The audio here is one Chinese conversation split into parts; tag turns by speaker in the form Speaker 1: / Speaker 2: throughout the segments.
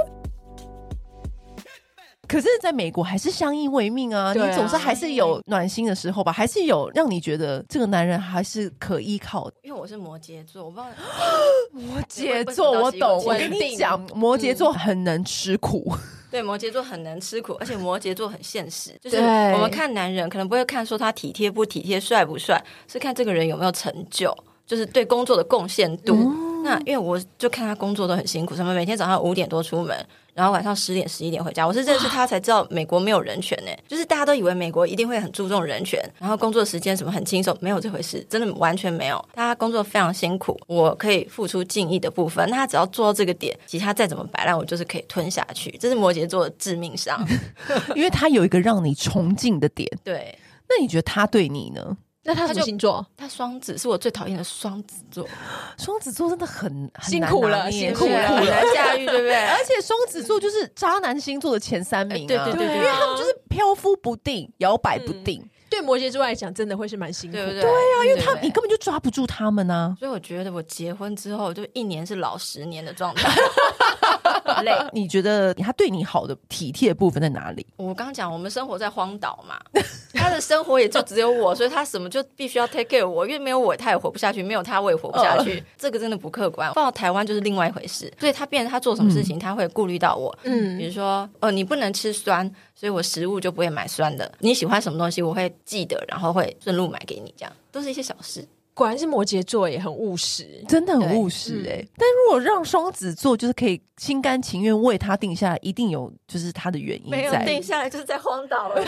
Speaker 1: 可是在美国还是相依为命啊，
Speaker 2: 对啊
Speaker 1: 你总是还是有暖心的时候吧，还是有让你觉得这个男人还是可依靠的。
Speaker 3: 因为我是摩羯座，我不知道
Speaker 1: 摩
Speaker 3: 羯
Speaker 1: 羯
Speaker 3: 座
Speaker 1: 座，
Speaker 3: 我
Speaker 1: 我
Speaker 3: 懂
Speaker 1: 懂，
Speaker 3: 我
Speaker 1: 我
Speaker 2: 跟
Speaker 1: 跟
Speaker 2: 你
Speaker 1: 你
Speaker 2: 讲
Speaker 1: 讲，摩羯座很能吃苦，
Speaker 3: 对摩羯座很能吃苦，而且摩羯座很现实，就是
Speaker 2: 对
Speaker 3: 我们看男人可能不会看说他体贴不体贴、帅不帅，是看这个人有没有成就，就是对工作的贡献度。那因为我就看他工作都很辛苦，什么每天早上五点多出门，然后晚上十点十一点回家。我是认识他才知道美国没有人权呢、就是大家都以为美国一定会很注重人权，然后工作时间什么很轻松，没有这回事，真的完全没有。他工作非常辛苦，我可以付出敬意的部分，那他只要做到这个点，其他再怎么摆烂，我就是可以吞下去。这是摩羯座的致命伤。
Speaker 1: 因为他有一个让你崇敬的点。
Speaker 3: 对
Speaker 1: 那你觉得他对你呢？
Speaker 2: 那他什么星座？
Speaker 3: 他双子是我最讨厌的双子座，
Speaker 1: 双子座真的很
Speaker 2: 辛苦了辛苦
Speaker 1: 苦
Speaker 2: 了
Speaker 3: 很
Speaker 1: 了。
Speaker 3: 难驾驭，对 不对？
Speaker 1: 而且双子座就是渣男星座的前三名、啊
Speaker 3: 哎对对对对
Speaker 1: 因为他们就是漂夫不定、摇摆不定，
Speaker 2: 对摩羯座来讲，真的会是蛮辛苦
Speaker 3: 对不
Speaker 2: 的。
Speaker 3: 对？对啊，因为
Speaker 1: 他你根本就抓不住他们啊。
Speaker 3: 所以我觉得我结婚之后就一年是老十年的状态， 累。
Speaker 1: 你觉得他对你好的体贴的部分在哪里？
Speaker 3: 我刚讲我们生活在荒岛嘛，他的生活也就只有我，所以他什么就必须要 take care 我，因为没有我他也活不下去，没有他我也活不下去，这个真的不客观。放到台湾就是另外一回事，所以他变成他做什么事情、他会顾虑到我，
Speaker 2: 嗯
Speaker 3: 比如说哦你不能吃酸，所以我食物就不会买酸的。你喜欢什么东西我会记得，然后会顺路买给你，这样都是一些小事。
Speaker 2: 果然是摩羯座也很务实。
Speaker 1: 真的很务实哎、但如果让双子座就是可以心甘情愿为他定下来，一定有就是他的原因
Speaker 3: 没有
Speaker 1: 在。
Speaker 3: 定下来就是在荒岛而已。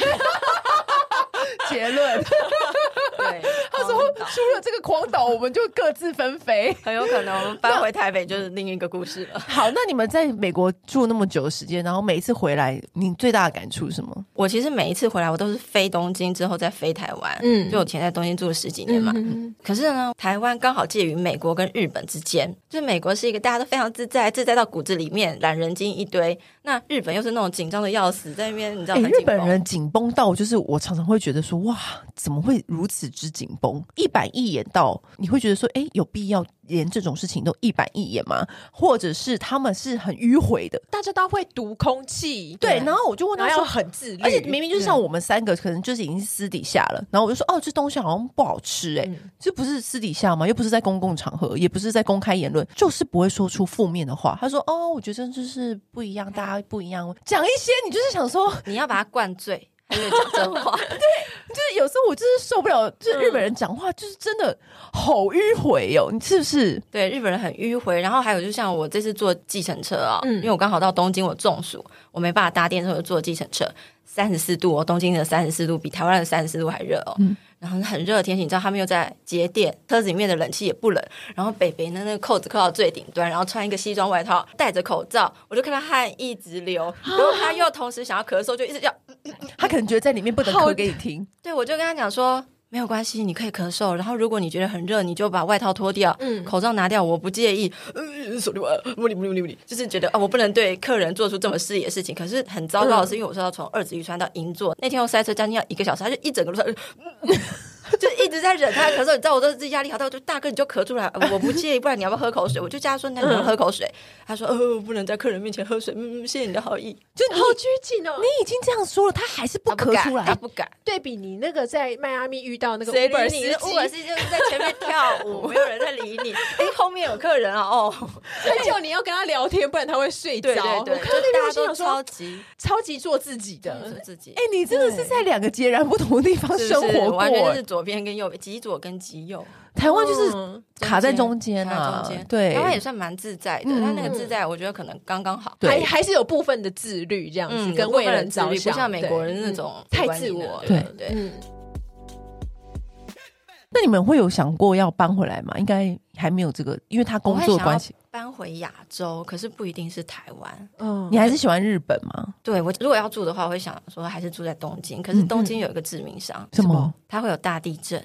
Speaker 1: 结 论，
Speaker 3: 对， 他
Speaker 1: 出了这个狂岛，我们就各自纷飞。
Speaker 3: 很有可能我们搬回台北就是另一个故事了。
Speaker 1: 好，那你们在美国住那么久的时间，然后每一次回来，你最大的感触是什么？
Speaker 3: 我其实每一次回来，我都是飞东京之后再飞台湾。
Speaker 2: 嗯
Speaker 3: 嗯，就我以前在东京住了十几年嘛。
Speaker 2: 嗯
Speaker 3: 可是呢，台湾刚好介于美国跟日本之间，就是美国是一个大家都非常自在，自在到骨子里面，懒人精一堆。那日本又是那种紧张的要死，在那边你知道
Speaker 1: 哎、
Speaker 3: 很紧
Speaker 1: 日
Speaker 3: 绷
Speaker 1: 本人紧绷到，就是我常常会觉得说，哇，怎么会如此之紧绷？一板一眼到，你会觉得说，哎、有必要连这种事情都一板一眼吗？或者是他们是很迂回的？
Speaker 2: 大家都会读空气，
Speaker 1: 对，然后我就问
Speaker 2: 然
Speaker 1: 他
Speaker 2: 后要
Speaker 1: 说。
Speaker 2: 很自律，
Speaker 1: 而且明明就是像我们三个，可能就是已经私底下了，然后我就说，哦，这东西好像不好吃、哎、
Speaker 2: 嗯
Speaker 1: 这不是私底下吗？又不是在公共场合，也不是在公开言论，就是不会说出负面的话。他说，哦，我觉得就是不一样，大家不一样，讲一些你就是想说，
Speaker 3: 你要把他灌醉，还没有讲真话。
Speaker 1: 就是有时候我就是受不了，就是日本人讲话就是真的好迂回哦，你是不是？
Speaker 3: 对，日本人很迂回，然后还有就像我这次坐计程车啊、
Speaker 2: 嗯
Speaker 3: 因为我刚好到东京，我中暑，我没办法搭电车，我就坐计程车。三十四度哦，东京的三十四度比台湾的三十四度还热哦。然后很热的天气，你知道他们又在节电，车子里面的冷气也不冷。然后北北呢，那个扣子扣到最顶端，然后穿一个西装外套，戴着口罩，我就看他汗一直流，然后他又同时想要咳嗽，就一直叫。
Speaker 1: 他可能觉得在里面不能
Speaker 2: 好
Speaker 1: 咳给你听，
Speaker 3: 对，我就跟他讲说，没有关系，你可以咳嗽。然后如果你觉得很热，你就把外套脱掉，
Speaker 1: 嗯
Speaker 3: 口罩拿掉，我不介意。嗯，手里吧，不理不理不理不理，就是觉得啊、我不能对客人做出这么失礼的事情。可是很糟糕的是，
Speaker 1: 嗯
Speaker 3: 因为我是要从二子玉川到银座，那天又塞车将近要一个小时，他就一整个路上。呃 就一直在忍他的咳嗽，你知道我都是压力好大，我就大哥你就咳出来，呃我不介意，不然你要不要喝口水？我就叫他说那你
Speaker 1: 嗯
Speaker 3: 要喝口水，他说呃不能在客人面前喝水，嗯嗯，谢谢你的好意，
Speaker 1: 就你
Speaker 2: 好拘谨哦
Speaker 1: 你。已经这样说了，他还是不
Speaker 3: 他不
Speaker 1: 咳
Speaker 3: 敢
Speaker 1: 出来
Speaker 3: 他，不敢，
Speaker 2: 对比你那个在迈阿密遇到那个
Speaker 3: 谁
Speaker 2: Uber
Speaker 3: 理
Speaker 2: 司
Speaker 3: 你？
Speaker 2: 机，
Speaker 3: 乌尔斯就是在前面跳 舞，没有人在理你。哎，后面有客人啊，哦，
Speaker 2: 所以就你要跟他聊天，不然他会睡着。
Speaker 3: 对对对，
Speaker 2: 我看
Speaker 3: 就
Speaker 2: 到那
Speaker 3: 大
Speaker 2: 个
Speaker 3: 家
Speaker 2: 新
Speaker 3: 都
Speaker 2: 闻
Speaker 3: 超嗯
Speaker 2: 说，
Speaker 3: 级
Speaker 2: 超级做自己的，
Speaker 3: 是自己
Speaker 1: 哎、。你真的是在两个截然不同的地方
Speaker 3: 是
Speaker 1: 生
Speaker 3: 是
Speaker 1: 活过、
Speaker 3: 完全就
Speaker 1: 哎
Speaker 3: 是左边跟右边，极左跟极右，
Speaker 1: 台湾就是
Speaker 2: 嗯
Speaker 1: 卡在中间
Speaker 3: 卡
Speaker 1: 啊，
Speaker 3: 在中间。
Speaker 1: 对
Speaker 3: 台，湾也算蛮自在的，
Speaker 1: 嗯
Speaker 3: 但那个自在，我觉得可能刚刚好。
Speaker 1: 对
Speaker 2: 还还是有部分的自律这样子，
Speaker 3: 嗯，
Speaker 2: 跟
Speaker 3: 有部
Speaker 2: 为
Speaker 3: 分
Speaker 2: 人
Speaker 3: 自
Speaker 2: 着
Speaker 3: 律
Speaker 2: 想，
Speaker 3: 不像美国
Speaker 2: 对
Speaker 3: 人那
Speaker 2: 嗯
Speaker 3: 种
Speaker 2: 太
Speaker 3: 管
Speaker 2: 自
Speaker 3: 你的
Speaker 2: 我了。
Speaker 1: 对
Speaker 3: 对，
Speaker 2: 嗯，
Speaker 1: 那你们会有想过要搬回来吗？应该还没有这个，因为他工作的关系，
Speaker 3: 搬回亚洲，可是不一定是台湾。
Speaker 2: 嗯
Speaker 1: 你还是喜欢日本吗？
Speaker 3: 对我如果要住的话，我会想说还是住在东京。可是
Speaker 1: 嗯
Speaker 3: 东京有一个致命伤，
Speaker 1: 什么？
Speaker 3: 它会有大地震，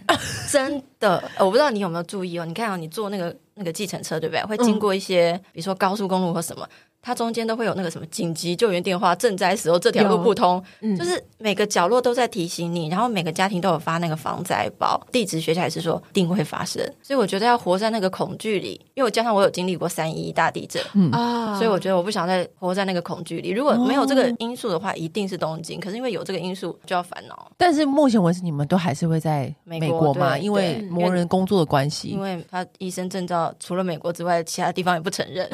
Speaker 3: 真的、呃我不知道你有没有注意哦。你看哦，你坐那个那个计程车，对不对？会
Speaker 1: 嗯
Speaker 3: 经过一些，比如说高速公路或什么，它中间都会有那个什么紧急救援电话，赈灾时候这条路不通，
Speaker 2: 嗯
Speaker 3: 就是每个角落都在提醒你，然后每个家庭都有发那个防灾包，地址学起来是说一定会发生，所以我觉得要活在那个恐惧里，因为我加上我有经历过三一一大地震，
Speaker 2: 啊
Speaker 3: 嗯所以我觉得我不想再活在那个恐惧里。如果没有这个因素的话，一定是东京。可是因为有这个因素，就要烦恼，
Speaker 1: 但是目前为止，你们都还是会在
Speaker 3: 美
Speaker 1: 美
Speaker 3: 国
Speaker 1: 国嘛？
Speaker 3: 对
Speaker 1: 因为
Speaker 3: 对
Speaker 1: 魔人工作的关系
Speaker 3: 因，为他医生证照除了美国之外，其他地方也不承 认。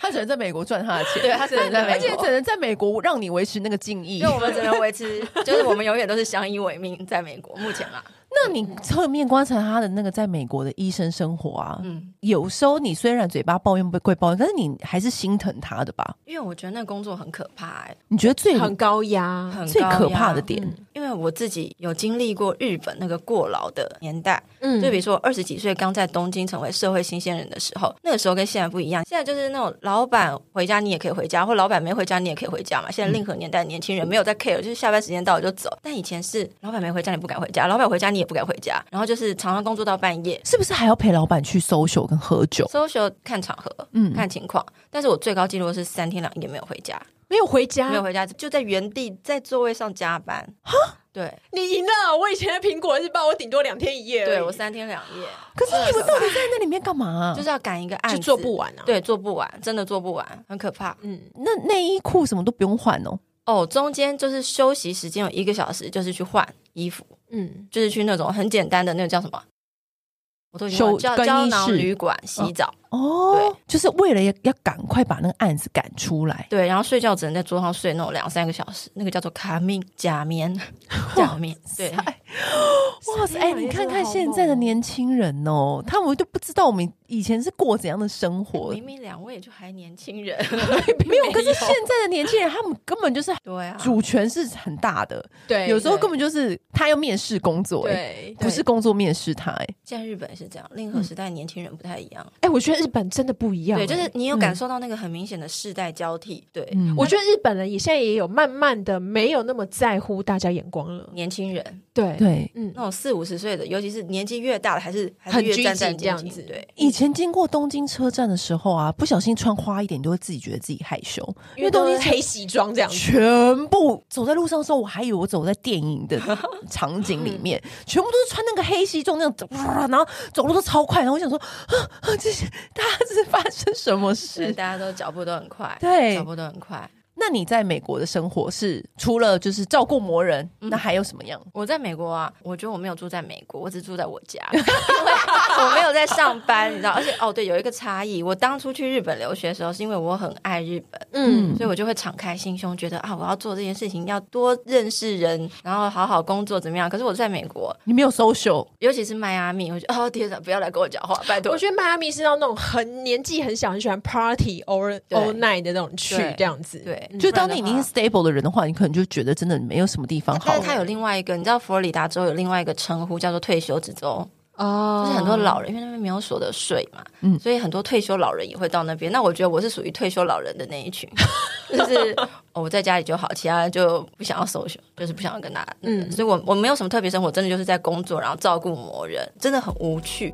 Speaker 1: 他只能在美国赚他的钱，
Speaker 3: 对他只能在美国嗯
Speaker 1: 而且只能在美国让你维持那个敬意
Speaker 3: 因为。我们只能维持， 就是我们永远都是相依为命，在美国目前啦。
Speaker 1: 那你侧面观察他的那个在美国的医生生活啊，
Speaker 3: 嗯，
Speaker 1: 有时候你虽然嘴巴抱怨不归抱怨，但是你还是心疼他的吧？
Speaker 3: 因为我觉得那工作很可怕、欸，
Speaker 1: 你觉得最
Speaker 2: 很高压，嗯
Speaker 3: 很
Speaker 1: 最
Speaker 3: 高
Speaker 1: 可
Speaker 3: 压嗯
Speaker 1: 怕的点，
Speaker 3: 因为我自己有经历过日本那个过劳的年代，
Speaker 2: 嗯
Speaker 3: 就比如说我二十几岁刚在东京成为社会新鲜人的时候，那个时候跟现在不一样。现在就是那种老板回家你也可以回家，或老板没回家你也可以回家嘛。现
Speaker 2: 嗯
Speaker 3: 在令和年代年轻人没有在 care，就是下班时间到了就走。但以前是老板没回家你不敢回家，老板回家你也不敢回家，然后就是常常工作到半夜。
Speaker 1: 是不是还要陪老板去 social 跟喝酒？
Speaker 3: social 看场合，
Speaker 1: 嗯
Speaker 3: 看情况。但是我最高纪录是三天两夜没有回家，
Speaker 2: 没有回家
Speaker 3: 没，有回家就在原地在座位上加班。对
Speaker 2: 你赢了。我以前的苹果日报，我顶多两天一夜而已，
Speaker 3: 对，我三天两夜
Speaker 1: 可是你们到底在那里面干嘛啊、
Speaker 3: 就是要赶一个案
Speaker 2: 嗯就
Speaker 3: 子，
Speaker 2: 做不完啊。，
Speaker 3: 对，做不完，真的做不完，很可怕。
Speaker 2: 嗯，
Speaker 1: 那内衣裤什么都不用换哦，
Speaker 3: 哦，中间就是休息时间有一个小时，就是去换衣服，
Speaker 2: 嗯，
Speaker 3: 就是去那种很简单的那个叫什么，我都已经忘
Speaker 1: 休
Speaker 3: 了叫
Speaker 1: 更衣
Speaker 3: 胶囊
Speaker 1: 室
Speaker 3: 旅馆洗澡，
Speaker 1: 哦，就是为了要要赶快把那个案子赶出来。
Speaker 3: 对，然后睡觉只能在桌上睡那种两三个小时，那个叫做 卡命假眠，假眠，对，
Speaker 1: 哇塞，哎、
Speaker 2: 天哪啊
Speaker 1: 你
Speaker 2: 真的
Speaker 1: 看看
Speaker 2: 好
Speaker 1: 现
Speaker 2: 猛
Speaker 1: 在的
Speaker 2: 哦
Speaker 1: 年轻人哦，他们就不知道我们以前是过怎样的生活。
Speaker 3: 明明两位就还年轻人，
Speaker 1: 没有，可是 现在的年轻人，他们根本就是
Speaker 3: 对啊，
Speaker 1: 主权是很大的，
Speaker 2: 对，
Speaker 1: 有时候
Speaker 2: 对
Speaker 1: 根本就是他要面试工作、哎，
Speaker 2: 对。
Speaker 1: 不是工作面试他、哎，
Speaker 3: 现在日本是这样，令和时代年轻人不太一样，
Speaker 2: 哎，我觉得日本真的不一样，
Speaker 3: 对，就
Speaker 2: 哎
Speaker 3: 是你有感受到那个很明显的世代交替，对，
Speaker 1: 嗯，
Speaker 2: 我觉得日本人也现在也有慢慢的没有那么在乎大家眼光了，
Speaker 3: 年轻人
Speaker 2: 对，
Speaker 1: 对。
Speaker 2: 嗯
Speaker 3: 那，种四五十岁的，尤其是年纪越大的，还是还是
Speaker 2: 很
Speaker 3: 越
Speaker 2: 拘
Speaker 3: 战战
Speaker 2: 谨这
Speaker 3: 兢
Speaker 2: 样
Speaker 3: 兢，
Speaker 2: 子
Speaker 3: 对，
Speaker 1: 以前经过东京车站的时候啊，不小心穿花一点，你就会自己觉得自己害羞，因为东京
Speaker 2: 都是黑西装这样子，
Speaker 1: 全部走在路上的时候，我还以为我走在电影 的场景里面，全部都是穿那个黑西装那样走， 哇然后走路都超快，然后我想说， 啊啊，这些大家是发生什么
Speaker 3: 是
Speaker 1: 事？
Speaker 3: 大家都脚步都很快，
Speaker 1: 对
Speaker 3: 脚步都很快。
Speaker 1: 那你在美国的生活是除了就是照顾魔人，
Speaker 3: 嗯
Speaker 1: 那还有什么样？
Speaker 3: 我在美国啊，我觉得我没有住在美国，我只住在我 家，因为我没有在上班，你知道。而且哦，对，有一个差异，我当初去日本留学的时候，是因为我很爱日本，
Speaker 2: 嗯，
Speaker 3: 所以我就会敞开心胸，觉得啊，我要做这件事情，要多认识人，然后好好工作，怎么样？可是我在美国，
Speaker 1: 你没有 social，
Speaker 3: 尤其是迈阿密，我觉得哦天哪，不要来跟我讲话，拜托
Speaker 2: 我。觉得迈阿密是要那种很年纪很小，很喜欢 party or
Speaker 3: 对
Speaker 2: all night 的那种去
Speaker 3: 对
Speaker 2: 这样子，嗯
Speaker 3: 对，
Speaker 1: 就当你已
Speaker 3: 嗯不然
Speaker 1: 经
Speaker 3: 的话
Speaker 1: 是 stable 的人的话，你可能就觉得真的没有什么地方好
Speaker 3: 但是。它有另外一个，你知道佛罗里达州有另外一个称呼叫做退休之州，
Speaker 2: 哦
Speaker 3: 就是很多老人，因为那边没有所得税嘛，
Speaker 1: 嗯
Speaker 3: 所以很多退休老人也会到那边。那我觉得我是属于退休老人的那一 群，就是、哦我在家里就好，其他人就不想要 social，就是不想要跟他。
Speaker 2: 嗯
Speaker 3: 嗯，所以我我没有什么特别生活，真的就是在工作，然后照顾某人，真的很无趣。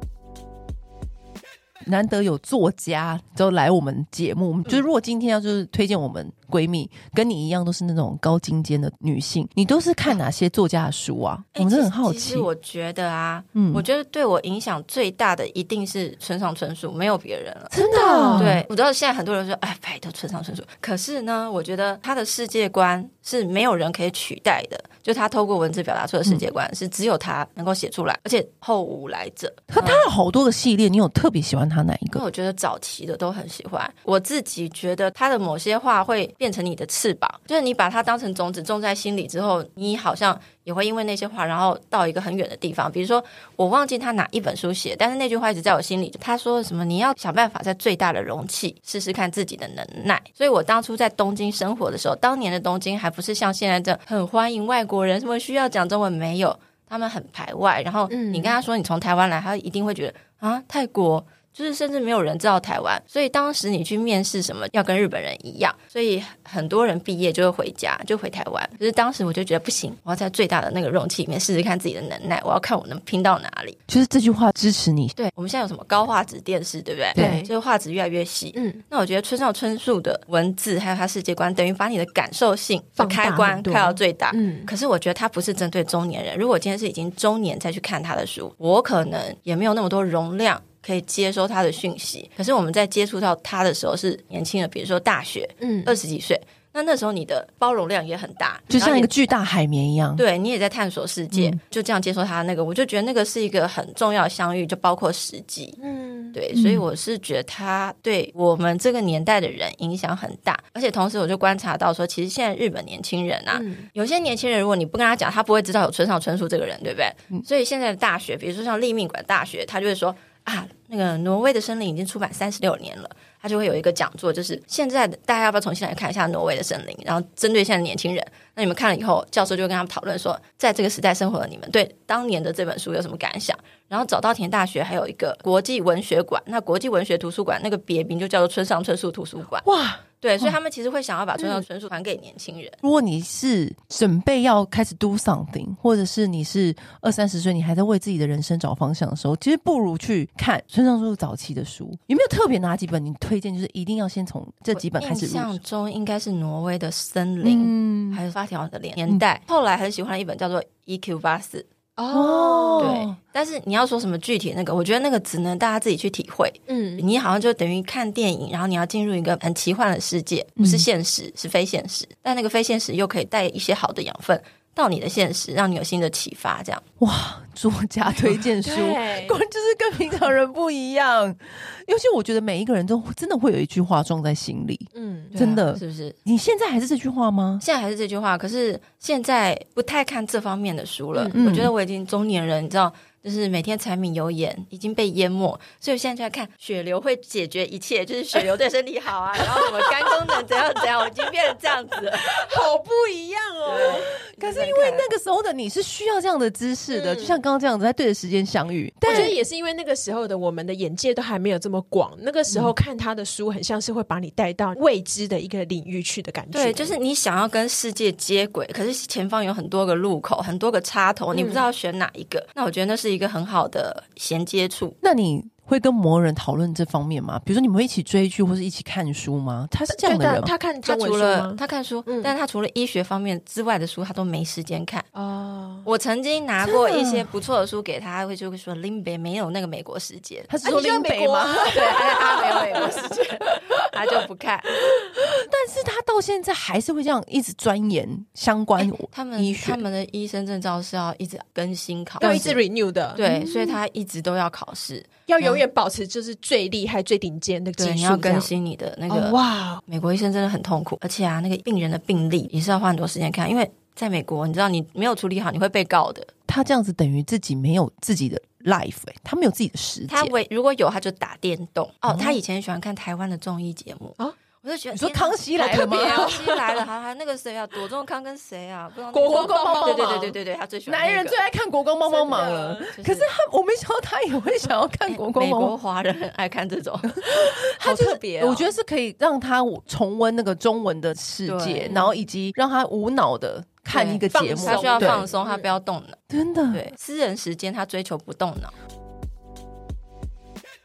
Speaker 1: 难得有作家都来我们节目，
Speaker 3: 嗯
Speaker 1: 就是如果今天要就是推荐我们闺蜜，跟你一样都是那种高精尖的女性，你都是看哪些作家的书啊？
Speaker 3: 哎
Speaker 1: 我们真的
Speaker 3: 其
Speaker 1: 很好
Speaker 3: 其
Speaker 1: 奇
Speaker 3: 实。我觉得啊，
Speaker 1: 嗯
Speaker 3: 我觉得对我影响最大的一定是村上春树，没有别人了。
Speaker 1: 真的啊
Speaker 3: 对，我知道现在很多人说，哎，拜托村上春树。可是呢，我觉得他的世界观是没有人可以取代的，就他透过文字表达出的世界观，是只有他能够写出来，而且后无来者。
Speaker 1: 可他有好多个系列，你有特别喜欢他哪一
Speaker 3: 因为
Speaker 1: 个？
Speaker 3: 我觉得早期的都很喜欢，我自己觉得他的某些话会变成你的翅膀，就是你把它当成种子种在心里之后，你好像也会因为那些话，然后到一个很远的地方。比如说，我忘记他哪一本书写，但是那句话一直在我心里。他说什么？你要想办法在最大的容器试试看自己的能耐。所以我当初在东京生活的时候，当年的东京还不是像现在这样很欢迎外国人，什么需要讲中文没有。他们很排外，然后
Speaker 2: 嗯
Speaker 3: 你跟他说你从台湾来，他一定会觉得啊，泰国就是甚至没有人知道台湾，所以当时你去面试什么要跟日本人一样，所以很多人毕业就会回家，就回台湾。就是当时我就觉得不行，我要在最大的那个容器里面试试看自己的能耐，我要看我能拼到哪里。
Speaker 1: 就是这句话支持你。
Speaker 3: 对我们现在有什么高画质电视，对不对？
Speaker 1: 对
Speaker 3: 就是画质越来越细。
Speaker 2: 嗯，
Speaker 3: 那我觉得村上春树的文字还有他世界观，等于把你的感受性
Speaker 2: 放大
Speaker 3: 开关
Speaker 2: 很多
Speaker 3: 开到最大。
Speaker 2: 嗯
Speaker 3: 可是我觉得他不是针对中年人。如果今天是已经中年再去看他的书，我可能也没有那么多容量可以接收他的讯息。可是我们在接触到他的时候是年轻的，比如说大学
Speaker 2: 嗯，
Speaker 3: 二十几岁，那那时候你的包容量也很大，
Speaker 1: 就像一个
Speaker 3: 然后
Speaker 1: 巨大海绵一样，
Speaker 3: 也对你也在探索世界，
Speaker 1: 嗯
Speaker 3: 就这样接受他的那个，我就觉得那个是一个很重要的相遇，就包括时机。
Speaker 2: 嗯，
Speaker 3: 对，所以我是觉得他对我们这个年代的人影响很大，而且同时我就观察到说，其实现在日本年轻人啊，
Speaker 2: 嗯
Speaker 3: 有些年轻人如果你不跟他讲，他不会知道有村上春树这个人，对不对？所以现在的大学，比如说像立命馆大学，他就会说啊，那个挪威的森林已经出版三十六年了，他就会有一个讲座，就是现在的大家要不要重新来看一下挪威的森林？然后针对现在的年轻人，那你们看了以后，教授就会跟他们讨论说，在这个时代生活的你们对当年的这本书有什么感想？然后早稻田大学还有一个国际文学馆，那国际文学图书馆那个别名就叫做村上春树图书馆。
Speaker 1: 哇！
Speaker 3: 对，所以他们其实会想要把村上春树传给年轻人。
Speaker 1: 如果你是准备要开始 do something，或者是你是二三十岁，你还在为自己的人生找方向的时候，其实不如去看村上春树早期的书。有没有特别哪几本你推荐？就是一定要先从这几本开始入
Speaker 3: 印
Speaker 1: 手
Speaker 3: 象。中应该是挪威的森林，
Speaker 1: 嗯，
Speaker 3: 还有发条的年代。后来很喜欢一本叫做《EQ 八四》，
Speaker 1: 哦
Speaker 3: 对。但是你要说什么具体那个，我觉得那个只能大家自己去体会。
Speaker 2: 嗯
Speaker 3: 你好像就等于看电影，然后你要进入一个很奇幻的世界，
Speaker 1: 嗯
Speaker 3: 不是现实，是非现实。但那个非现实又可以带一些好的养分到你的现实，让你有新的启发。这样，
Speaker 1: 哇，作家推荐书，
Speaker 2: 对
Speaker 1: 果然就是跟平常人不一样。尤其我觉得每一个人都真的会有一句话装在心里。
Speaker 2: 嗯
Speaker 1: 真的
Speaker 3: 啊是不是？
Speaker 1: 你现在还是这句话吗？
Speaker 3: 现在还是这句话，可是现在不太看这方面的书了。
Speaker 1: 嗯
Speaker 3: 我觉得我已经中年人，你知道，就是每天柴米油盐已经被淹没，所以我现在就在看血流会解决一切，就是血流对身体好啊， 然后什么肝功能怎样怎样，我已经变成这样子了。
Speaker 2: 好不一样哦。
Speaker 1: 可是因为那个时候的你是需要这样的知识的，
Speaker 2: 嗯
Speaker 1: 就像刚刚这样子，在对的时间相遇。
Speaker 2: 我
Speaker 1: 但
Speaker 2: 觉得也是因为那个时候的我们的眼界都还没有这么广，那个时
Speaker 1: 嗯
Speaker 2: 候看他的书，很像是会把你带到未知的一个领域去的感觉。
Speaker 3: 对，就是你想要跟世界接轨，可是前方有很多个路口，很多个插头，
Speaker 1: 嗯
Speaker 3: 你不知道选哪一个。那我觉得那是一个很好的衔接处。
Speaker 1: 那你会跟魔人讨论这方面吗？比如说你们会一起追剧或是一起看书吗？他是这样的
Speaker 2: 对
Speaker 1: 人
Speaker 2: 他
Speaker 1: 吗？
Speaker 2: 他看
Speaker 3: 他
Speaker 2: 中文
Speaker 3: 除
Speaker 2: 书
Speaker 3: 了
Speaker 2: 吗？
Speaker 3: 他看书，
Speaker 2: 嗯
Speaker 3: 但是他除了医学方面之外的书，他都没时间看。
Speaker 2: 哦，
Speaker 3: 我曾经拿过
Speaker 1: 真的
Speaker 3: 一些不错的书给他，会就会说林北没有那个美国时间，
Speaker 2: 啊
Speaker 1: 他是说林北吗？
Speaker 3: 对，他没有美国时间，他就不看。
Speaker 1: 但是他到现在还是会这样一直钻研相关
Speaker 3: 他们
Speaker 1: 医学
Speaker 3: 他们的医生证照是要一直更新考
Speaker 2: 要一
Speaker 1: 嗯
Speaker 2: 直
Speaker 3: 试，
Speaker 2: renew 的，，
Speaker 3: 对，所以他一直都要考试，
Speaker 2: 要永远保持就是最厉害、最顶尖的技
Speaker 3: 对，
Speaker 2: 术，
Speaker 3: 你要更新你的那
Speaker 2: 这
Speaker 3: 个
Speaker 2: 样。哦哇，
Speaker 3: 美国医生真的很痛苦，而且啊，那个病人的病历也是要花很多时间看，因为在美国，你知道你没有处理好，你会被告的。
Speaker 1: 他这样子等于自己没有自己的 life，、欸、他没有自己的时间
Speaker 3: 他。唯如果有，他就打电动。哦，他以前喜欢看台湾的综艺节目
Speaker 2: 啊
Speaker 3: 啊。我就觉得
Speaker 1: 哦你说
Speaker 3: 天哪
Speaker 1: 康熙来了吗
Speaker 3: 好特别哦康熙来了，还还那个谁啊，左宗康跟谁啊？不知道
Speaker 1: 国光帮帮忙
Speaker 3: 对对对对对对，他最喜欢那个
Speaker 1: 男人最爱看国光帮帮忙了。
Speaker 3: 真的
Speaker 1: 可是他，我没想到他也会想要看国光
Speaker 3: 哎美
Speaker 1: 帮忙
Speaker 3: 国。华人很爱看 这种，
Speaker 1: 他就是
Speaker 3: 好特别哦
Speaker 1: 我觉得是可以让他重温那个中文的世界
Speaker 3: 对，
Speaker 1: 然后以及让他无脑的看一个节目，
Speaker 3: 他需要
Speaker 1: 对嗯
Speaker 3: 放，松，他不要动脑。
Speaker 1: 真的。
Speaker 3: 对，私人时间他追求不动脑，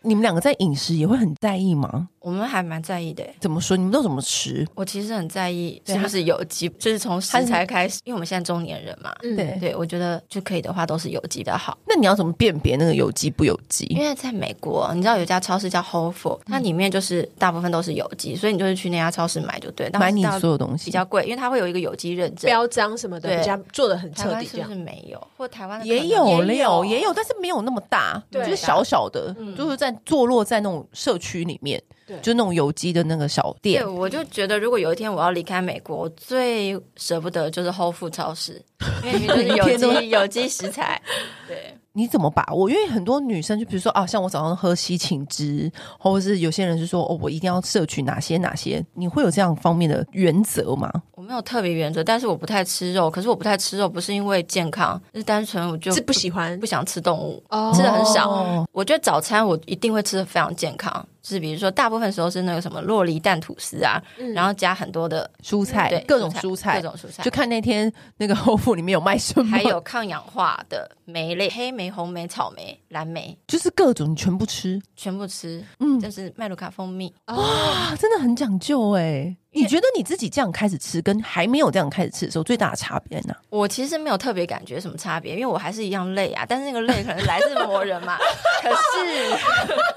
Speaker 1: 你们两个在饮食也会很在意吗？
Speaker 3: 我们还蛮在意的。
Speaker 1: 怎么说？你们都怎么吃？
Speaker 3: 我其实很在意
Speaker 1: 对
Speaker 3: 是不是有机，就是从食材开始，因为我们现在中年人嘛。
Speaker 2: 嗯
Speaker 1: 对
Speaker 3: 对，我觉得就可以的话都是有机的好，
Speaker 1: 那你要怎么辨别那个有机不有
Speaker 3: 因
Speaker 1: 机？
Speaker 3: 为在美国，你知道有一家超市叫 Whole Food，它
Speaker 1: 嗯
Speaker 3: 里面就是大部分都是有机，所以你就是去那家超市买就对，但
Speaker 1: 买你
Speaker 3: 到
Speaker 1: 所有东西
Speaker 3: 比较贵，因为它会有一个有机认证。
Speaker 2: 标章什么的，
Speaker 3: 对
Speaker 2: 比较做的很
Speaker 3: 台
Speaker 2: 彻
Speaker 3: 湾
Speaker 2: 底，
Speaker 3: 是
Speaker 2: 这
Speaker 3: 不
Speaker 2: 样
Speaker 3: 是没有？或台湾的可
Speaker 1: 也
Speaker 3: 能
Speaker 1: 有
Speaker 2: 也
Speaker 1: 也
Speaker 2: 有
Speaker 1: 有也有，但是没有那么大，
Speaker 2: 对
Speaker 1: 就是小小的，
Speaker 3: 嗯
Speaker 1: 就是在坐落在那种社区里面
Speaker 2: 对，
Speaker 1: 就那种有机的那个小店
Speaker 3: 对，。我
Speaker 1: 嗯
Speaker 3: 就觉得如果有一天我要离开美国，我最舍不得就是 Whole Food 超市，因为里面就是 有
Speaker 1: 每天都
Speaker 3: 机有机食材。对，
Speaker 1: 你怎么把握？因为很多女生就比如说啊，像我早上喝西芹汁，或者是有些人是说哦，我一定要摄取哪些哪些，你会有这样方面的原则吗？
Speaker 3: 我没有特别原则，但是我不太吃肉。可是我不太吃肉，不是因为健康，是单纯我就是
Speaker 2: 不喜欢
Speaker 3: 不想吃动物。
Speaker 2: 哦
Speaker 3: 吃的很少
Speaker 1: 哦
Speaker 3: 我觉得早餐我一定会吃的非常健康，就是比如说大部分时候是那个什么洛梨蛋吐司啊，
Speaker 2: 嗯
Speaker 3: 然后加很多的
Speaker 1: 蔬嗯菜
Speaker 3: 嗯对，
Speaker 1: 各种蔬菜，
Speaker 3: 各种蔬菜
Speaker 1: 就，看那天那个 后腹里面有卖什么，
Speaker 3: 还有抗氧化的莓类，黑莓、红莓、草莓、蓝莓，
Speaker 1: 就是各种你全部吃
Speaker 3: 全部吃。
Speaker 1: 嗯
Speaker 3: 嗯，就是麦卢卡蜂蜜。
Speaker 2: 哦
Speaker 1: 啊，真的很讲究哎、你觉得你自己这样开始吃，跟还没有这样开始吃的时候，最大的差别在哪？
Speaker 3: 我其实没有特别感觉什么差别，因为我还是一样累啊，但是那个累可能来自魔人嘛。 可是，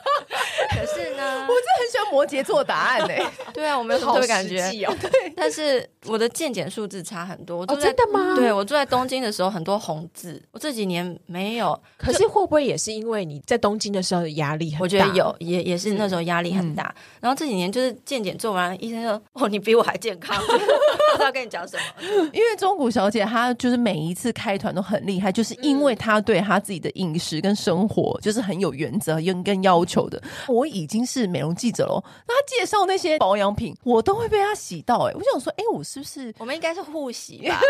Speaker 3: 可是呢，
Speaker 1: 很喜欢摩羯座答案哎、
Speaker 3: 对啊，我没有什么
Speaker 2: 好
Speaker 3: 特
Speaker 2: 实
Speaker 3: 别感觉，
Speaker 2: 际哦，
Speaker 3: 但是我的健检数字差很多。我
Speaker 2: 哦
Speaker 3: 住在嗯
Speaker 2: 真的吗
Speaker 3: 对我住在东京的时候，很多红字，我这几年没有，
Speaker 2: 可是会不会也是因为你在东京的时候的压力很大？
Speaker 3: 我觉得有，也也是那时候压力
Speaker 1: 嗯
Speaker 3: 很大。然后这几年就是健检做完，医生说：“哦，你比我还健康。” 不知道跟你讲什么，
Speaker 1: 因为中古小姐她就是每一次开团都很厉害，就是因为她对她自己的饮食跟生活就是很有原则、跟跟要求的。我已经是美容记者喽，那她介绍那些保养品，我都会被她洗到哎、我想说，哎、我是不是
Speaker 3: 我们应该是互洗吧？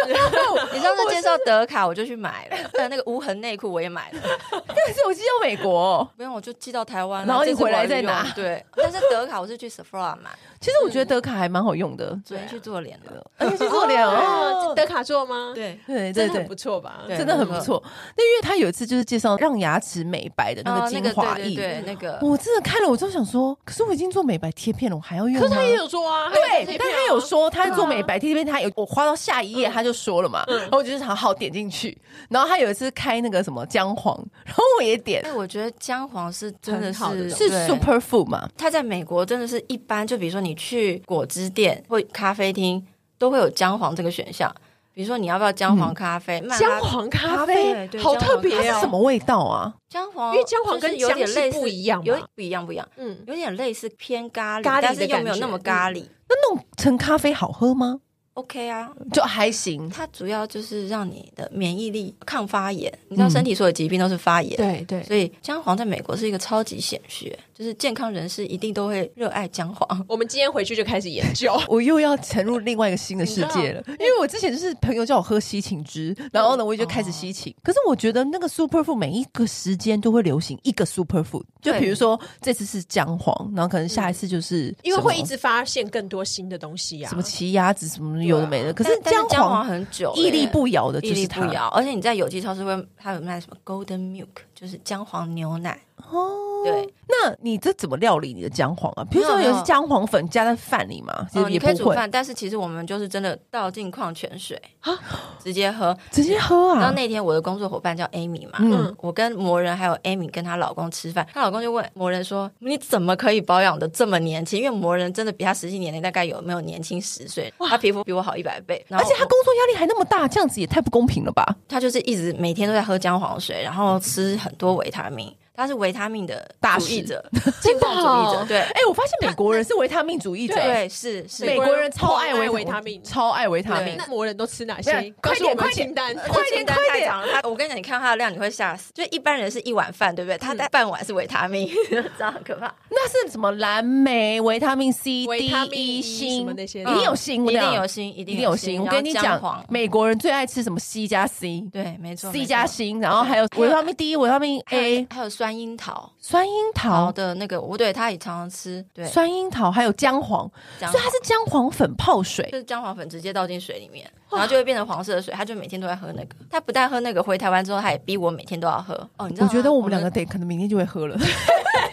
Speaker 3: 你上次介绍德卡，我就去买了，呃，那个无痕内裤我也买了，
Speaker 1: 但是我寄到美国哦、
Speaker 3: 不用我就寄到台湾了，
Speaker 1: 然后你
Speaker 3: 这次我
Speaker 1: 回来
Speaker 3: 有
Speaker 1: 再拿
Speaker 3: 用对，但是德卡我是去 Sephora 买，
Speaker 1: 其实我觉得德卡还蛮好用的，
Speaker 3: 昨天去做脸了，
Speaker 1: 而且是做脸
Speaker 2: 哦
Speaker 1: 哦，。
Speaker 2: 德卡做吗？，
Speaker 3: 对。
Speaker 1: 啊对对
Speaker 2: 真的很
Speaker 1: 对
Speaker 2: 不。错吧？
Speaker 3: 对
Speaker 1: 真的很不错，那因为她有一次就是介绍让牙齿美白的那
Speaker 3: 哦
Speaker 1: 个精华
Speaker 3: 对
Speaker 1: 液，
Speaker 3: 对对，那个
Speaker 1: 我真的看了我就想说，可是我已经做美白贴片了，我还要用吗？
Speaker 2: 可是他也有做啊，
Speaker 1: 对，但他
Speaker 2: 他
Speaker 1: 有说他做美白 T 贴片，他有我花到下一页他就说了嘛，然后我就是好好点进去，然后他有一次开那个什么姜黄，然后我也点
Speaker 3: 哎，，我觉得姜黄是真的
Speaker 2: 很
Speaker 3: 是
Speaker 2: 好的
Speaker 1: 是
Speaker 3: 对
Speaker 1: super food 嘛，
Speaker 3: 它在美国真的是一般，就比如说你去果汁店或咖啡厅都会有姜黄这个选项。比如说你要不要姜黄咖啡？曼哈
Speaker 2: 嗯姜黄咖啡
Speaker 3: 对，对
Speaker 2: 好特别
Speaker 1: 它
Speaker 2: 哦。
Speaker 1: 是什？么味道啊？
Speaker 3: 姜黄，
Speaker 2: 因为姜黄
Speaker 3: 就是
Speaker 2: 跟
Speaker 3: 有点
Speaker 2: 姜是
Speaker 3: 类似
Speaker 2: 不一样嘛
Speaker 3: 有不一样不一样，
Speaker 2: 嗯，
Speaker 3: 有点类似偏咖喱，
Speaker 2: 咖喱的嗯
Speaker 3: 但是又没有那么咖喱。
Speaker 1: 那弄成咖啡好喝吗？
Speaker 3: OK 啊，
Speaker 2: 嗯
Speaker 1: 就还行，
Speaker 3: 它主要就是让你的免疫力抗发炎。你知道身体所有疾病都是发炎，
Speaker 2: 嗯对对。
Speaker 3: 所以姜黄在美国是一个超级显学，就是健康人士一定都会热爱姜黄。
Speaker 2: 我们今天回去就开始研究，
Speaker 1: 我又要沉入另外一个新的世界了，因为我之前就是朋友叫我喝西芹汁，然后呢，我就开始西芹。可是我觉得那个 super food 每一个时间都会流行一个 super food，就
Speaker 3: 对嗯
Speaker 1: 比如说这次是姜黄，然后可能下一次就是
Speaker 2: 因为
Speaker 1: 什么
Speaker 2: 会一直发现更多新的东西啊。
Speaker 1: 什么奇鸭子什么有的没的。可是
Speaker 3: 啊但但
Speaker 1: 姜
Speaker 3: 是姜
Speaker 1: 黄
Speaker 3: 黄很久、
Speaker 1: 屹立
Speaker 3: 欸
Speaker 1: 不摇的，就
Speaker 3: 屹立
Speaker 1: 是
Speaker 3: 不
Speaker 1: 它。
Speaker 3: 摇，而且你在有机超市会，它有卖什么 Golden Milk，就是姜黄牛奶。
Speaker 1: 哦，
Speaker 3: 对，
Speaker 1: 那你这怎么料理你的姜黄啊？比如说
Speaker 3: 没有
Speaker 1: 有是姜黄粉加在饭里嘛，其
Speaker 3: 哦，
Speaker 1: 实
Speaker 3: 你
Speaker 1: 也不
Speaker 3: 可以煮
Speaker 1: 会
Speaker 3: 饭，但是其实我们就是真的倒进矿泉水直接喝。
Speaker 1: 直接喝
Speaker 3: 然后
Speaker 1: 啊。
Speaker 3: 那天我的工作伙伴叫 Amy 嘛，
Speaker 1: 嗯
Speaker 3: 我跟魔人还有 Amy 跟她老公吃饭，她老公就问魔人说：“你怎么可以保养的这么年轻？因为魔人真的比她实际年龄大概有没有年轻十岁，她皮肤比我好一百倍。然
Speaker 1: 而
Speaker 3: 后
Speaker 1: 且他工作压力还那么大，这样子也太不公平了吧？
Speaker 3: 他就是一直每天都在喝姜黄水，然后吃很多维他命。他他是维他命的
Speaker 1: 大
Speaker 3: 主义
Speaker 1: 使
Speaker 3: 者，进贡主义者，对
Speaker 1: 哎、我发现美国人是维他命主义者，
Speaker 3: 对是是，
Speaker 1: 美国人超爱维
Speaker 2: 维他命
Speaker 1: 超爱维他
Speaker 3: 对
Speaker 1: 命
Speaker 2: 那。魔人都吃哪
Speaker 1: 没
Speaker 2: 些
Speaker 1: 有？
Speaker 2: 告
Speaker 1: 快
Speaker 2: 诉
Speaker 1: 点
Speaker 2: 我们
Speaker 1: 快点
Speaker 2: 清单。
Speaker 1: 快点
Speaker 3: 清单
Speaker 1: 快
Speaker 3: 太
Speaker 1: 点
Speaker 3: 长了，他我跟你讲，你看他的量你会吓死。就一般人是一碗饭，对不对？他
Speaker 1: 嗯
Speaker 3: 在半碗是维他命， 这样很可怕。
Speaker 1: 那是什么蓝莓、维他命 C、
Speaker 2: 维
Speaker 1: D、
Speaker 2: 他命 E
Speaker 1: E、
Speaker 2: 什
Speaker 1: 锌
Speaker 2: 么那些
Speaker 1: 一
Speaker 2: 的
Speaker 1: 定有锌，我
Speaker 3: 一
Speaker 1: 跟你
Speaker 3: 定
Speaker 1: 讲
Speaker 3: 有锌，嗯一
Speaker 1: 一
Speaker 3: 定
Speaker 1: 定
Speaker 3: 有
Speaker 1: 有
Speaker 3: 锌。
Speaker 1: 锌。我
Speaker 3: 然后
Speaker 1: 跟你
Speaker 3: 姜
Speaker 1: 讲
Speaker 3: 黄，
Speaker 1: 美国人最爱吃什么 C 加 C。
Speaker 3: 对，没错
Speaker 1: C
Speaker 3: 没
Speaker 1: 加
Speaker 3: 错
Speaker 1: 锌，然后还有维他命 D、维他命
Speaker 3: 还有
Speaker 1: A、
Speaker 3: 还有酸樱桃，
Speaker 1: 酸樱
Speaker 3: 好
Speaker 1: 桃、
Speaker 3: 的那个，我对他也常常吃，对，
Speaker 1: 哦酸樱桃，还有姜黄，
Speaker 3: 姜
Speaker 1: 所以它是姜黄粉泡水
Speaker 3: 就。是姜黄粉直接倒进水里面，然后就会变成黄色的水。他就每天都在喝那个。他不但喝那个，回台湾之后他也逼我每天都要喝。哦，你知
Speaker 1: 我
Speaker 3: 道吗？
Speaker 1: 觉得我们两个得可能明天就会喝了啊！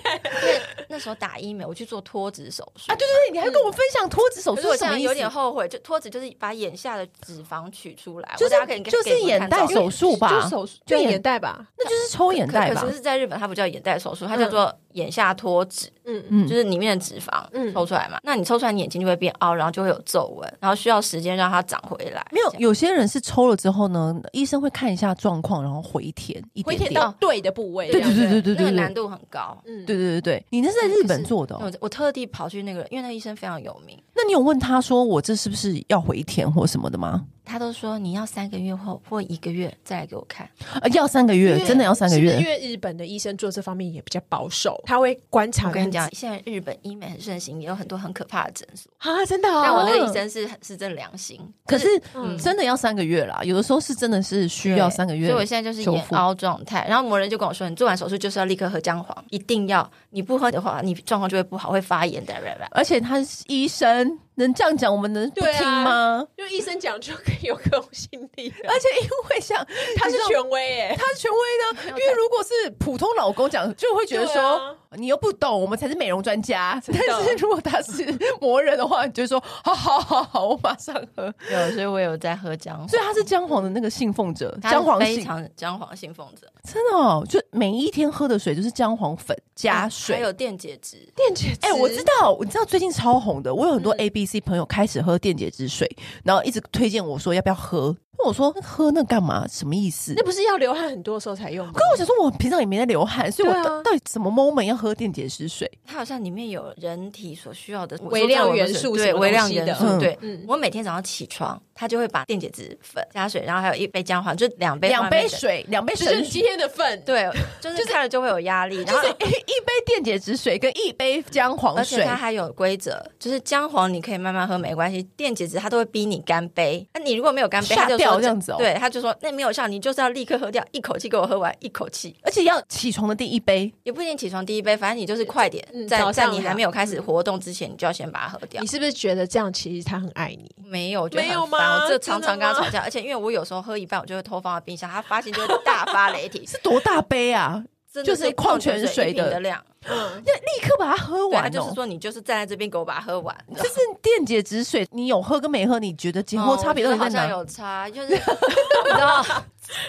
Speaker 3: 那那时候打医美，我去做脱脂手术
Speaker 1: 对对对，你还跟我分享脱脂手
Speaker 3: 可
Speaker 1: 术
Speaker 3: 啊是我
Speaker 1: 是什
Speaker 3: 现
Speaker 1: 么
Speaker 3: 在
Speaker 1: 意
Speaker 3: 有
Speaker 1: 思？
Speaker 3: 点后悔，就脱脂就是把眼下的脂肪取出来，
Speaker 1: 就是
Speaker 3: 我大家可以给
Speaker 1: 就是眼袋
Speaker 3: 给你们看照片
Speaker 1: 手术吧
Speaker 2: 就手术
Speaker 1: 就
Speaker 2: 就
Speaker 1: 眼
Speaker 2: 眼袋吧。
Speaker 1: 那就是抽眼袋
Speaker 3: 可
Speaker 1: 吧
Speaker 3: 可？是，在日本它不叫眼袋手术，它叫做眼下脱脂，
Speaker 2: 嗯，
Speaker 1: 嗯
Speaker 3: 就，是里面的脂肪
Speaker 2: 嗯
Speaker 3: 抽出来嘛。那你抽出来，你眼睛就会变凹，然后就会有皱纹，然后需要时间让它长回来。
Speaker 1: 没有
Speaker 3: 这，样
Speaker 1: 有些人是抽了之后呢，医生会看一下状况，然后回填一
Speaker 2: 回
Speaker 1: 点
Speaker 2: 填
Speaker 1: 点。
Speaker 2: 到对的部位。
Speaker 1: 对对对对对
Speaker 3: 那个
Speaker 1: 对
Speaker 3: 难度很高。
Speaker 2: 嗯，
Speaker 1: 对对对对，你那是在日本做的、
Speaker 3: 那
Speaker 1: 哦
Speaker 3: 我，我特地跑去那个，因为那个医生非常有名，
Speaker 1: 那你有问他说我这是不是要回填或什么的吗？
Speaker 3: 他都说你要三个月后或一个月再来给我看。
Speaker 1: 呃，要三个月，真的要三个
Speaker 2: 是不
Speaker 1: 月
Speaker 2: 是因。为日本的医生做这方面也比较保守，他会观察。
Speaker 3: 我跟你讲，现在日本医美很盛行，也有很多很可怕的诊所。
Speaker 2: 啊，真的、哦，
Speaker 3: 但我那个医生是很是真良心，
Speaker 1: 可
Speaker 3: 就是
Speaker 2: 嗯
Speaker 1: 真的要三个月啦，有的时候是真的是需要
Speaker 3: 对
Speaker 1: 三个月
Speaker 3: 所以。我现在就是
Speaker 1: 修
Speaker 3: 眼
Speaker 1: 复
Speaker 3: 凹状态。然后魔人就跟我说，你做完手术就是要立刻喝姜黄，一定要，你不喝的话，你状况就会不好，会发炎 的。
Speaker 1: 而且他是医生，能这样讲，我们能不
Speaker 2: 对啊
Speaker 1: 听吗？
Speaker 2: 因为医生讲就可以有公信力了，
Speaker 1: 而且因为像
Speaker 2: 他
Speaker 1: 你
Speaker 2: 是
Speaker 1: 知道
Speaker 2: 权威耶。
Speaker 1: 他是权 威的，因为如果是普通老公讲，就会觉得
Speaker 2: 对
Speaker 1: 说、
Speaker 2: 啊
Speaker 1: 你又不懂，我们才是美容专 家。
Speaker 2: 的
Speaker 1: 但是如果他是魔人的话，你就会说 好好好好，我马上喝。
Speaker 3: 有，所以我有在喝姜 黄，
Speaker 1: 所以他是姜黄的那个信奉者，
Speaker 3: 他
Speaker 1: 姜黄
Speaker 3: 非
Speaker 1: 信
Speaker 3: 常姜黄信奉者，
Speaker 1: 真的哦，就每一天喝的水就是姜黄粉加水。
Speaker 3: 嗯还有电解质。
Speaker 2: 电解质，
Speaker 1: 哎、我知道，我知道最近超红的，我有很多 A B C 朋友开始喝电解质水，然后一直推荐我说要不要喝。那我说喝那干嘛？什么意思？
Speaker 2: 那不是要流汗很多的时候才用吗？
Speaker 1: 可我想说，我平常也没在流汗，所以我
Speaker 2: 对啊
Speaker 1: 到,、到底什么 moment 要喝电解质水？
Speaker 3: 它好像里面有人体所需要的
Speaker 2: 微量元素
Speaker 3: 对
Speaker 2: 什么
Speaker 3: 微量
Speaker 2: 东西的
Speaker 3: 元素。
Speaker 1: 嗯
Speaker 3: 对
Speaker 2: 嗯，
Speaker 3: 我每天早上起床，他就会把电解质粉加水，然后还有一杯姜黄，就两杯
Speaker 1: 两
Speaker 3: 外面
Speaker 1: 杯
Speaker 3: 的。
Speaker 1: 水，两杯
Speaker 2: 就
Speaker 1: 神
Speaker 2: 是
Speaker 1: 水，
Speaker 2: 你今天的份，
Speaker 3: 对，就是看了就会有压力，然后
Speaker 1: 一 一杯电解质水跟一杯姜黄
Speaker 3: 而且
Speaker 1: 水
Speaker 3: 它。还有规则，就是姜黄你可以慢慢喝没关系，电解质它都会逼你干杯。那、你如果没有干杯，
Speaker 1: 吓
Speaker 3: 它就
Speaker 1: 掉
Speaker 3: 说
Speaker 1: 这样子哦
Speaker 3: 对，他就说那没有效，你就是要立刻喝掉，一口气给我喝完，一口气
Speaker 1: 而且要起床的第一杯，
Speaker 3: 也不一定起床第一杯，反正你就是快点，
Speaker 2: 嗯
Speaker 3: 在
Speaker 2: 早
Speaker 3: 在
Speaker 2: 上
Speaker 3: 你还
Speaker 2: 的
Speaker 3: 没有开始活动之前，你就要先把它喝掉
Speaker 2: 你。是不是觉得这样其实他很爱你？
Speaker 3: 没有，我觉得
Speaker 2: 没有
Speaker 3: 很烦
Speaker 2: 吗
Speaker 3: 我这常常跟他
Speaker 2: 真的
Speaker 3: 吵
Speaker 2: 吗
Speaker 3: 架，而且因为我有时候喝一半，我就会偷放到冰箱，他发现就会大发雷霆，
Speaker 1: 是多大杯啊？
Speaker 3: 真的
Speaker 1: 就是
Speaker 3: 是
Speaker 1: 矿泉水
Speaker 3: 水一瓶
Speaker 1: 的
Speaker 3: 的量。
Speaker 2: 嗯，
Speaker 1: 要立刻把它喝
Speaker 3: 对，
Speaker 1: 完、
Speaker 3: 他
Speaker 1: 哦。
Speaker 3: 就是说你就是站在这边给我把它喝完。
Speaker 1: 就是电解质水，你有喝跟没喝，你觉得前后
Speaker 3: 哦
Speaker 1: 差别到
Speaker 3: 我
Speaker 1: 底
Speaker 3: 觉得
Speaker 1: 在
Speaker 3: 好像
Speaker 1: 哪？
Speaker 3: 有差，就是 你知道，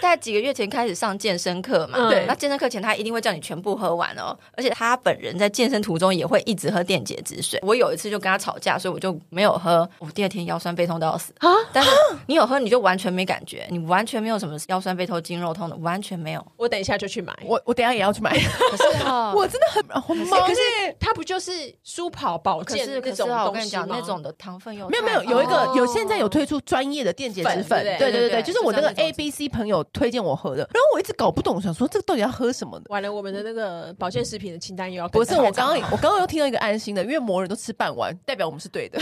Speaker 3: 大概几个月前开始上健身课嘛，
Speaker 1: 嗯
Speaker 2: 对
Speaker 3: 那健身课前他一定会叫你全部喝完哦，而且他本人在健身途中也会一直喝电解质水。我有一次就跟他吵架，所以我就没有喝，我第二天腰酸背痛都要死
Speaker 2: 啊
Speaker 3: 但是你有喝，你就完全没感觉，你完全没有什么腰酸背痛、经肉痛的，完全没有。
Speaker 2: 我等一下就去买。
Speaker 1: 我我等一下也要去买，
Speaker 3: 可是
Speaker 1: 我真的很很忙。
Speaker 2: 可是它不就是舒跑保
Speaker 3: 可
Speaker 2: 健
Speaker 3: 是
Speaker 2: 那
Speaker 3: 可是
Speaker 2: 种
Speaker 3: 啊，我
Speaker 2: 东
Speaker 3: 跟你
Speaker 2: 西
Speaker 3: 讲，那
Speaker 2: 吗
Speaker 3: 种的糖分又
Speaker 1: 没有没
Speaker 3: 太
Speaker 1: 有，有一
Speaker 3: 高
Speaker 1: 个
Speaker 3: 了
Speaker 1: 有现在有推出专业的电解质粉
Speaker 2: 粉，
Speaker 1: 对
Speaker 2: 对对
Speaker 1: 对
Speaker 3: 哦对
Speaker 1: 对，
Speaker 3: 对
Speaker 1: 就是我那个
Speaker 3: 就
Speaker 1: A
Speaker 3: 像那种
Speaker 1: B C 朋友推荐我喝的，然后我一直搞不懂，想说这个到底要喝什么的。
Speaker 2: 完了，我们的那个保健食品的清单又要
Speaker 1: 不是我刚刚
Speaker 2: 刚
Speaker 1: 我刚刚又听到一个安心的，因为魔人都吃半碗，代表我们是对的。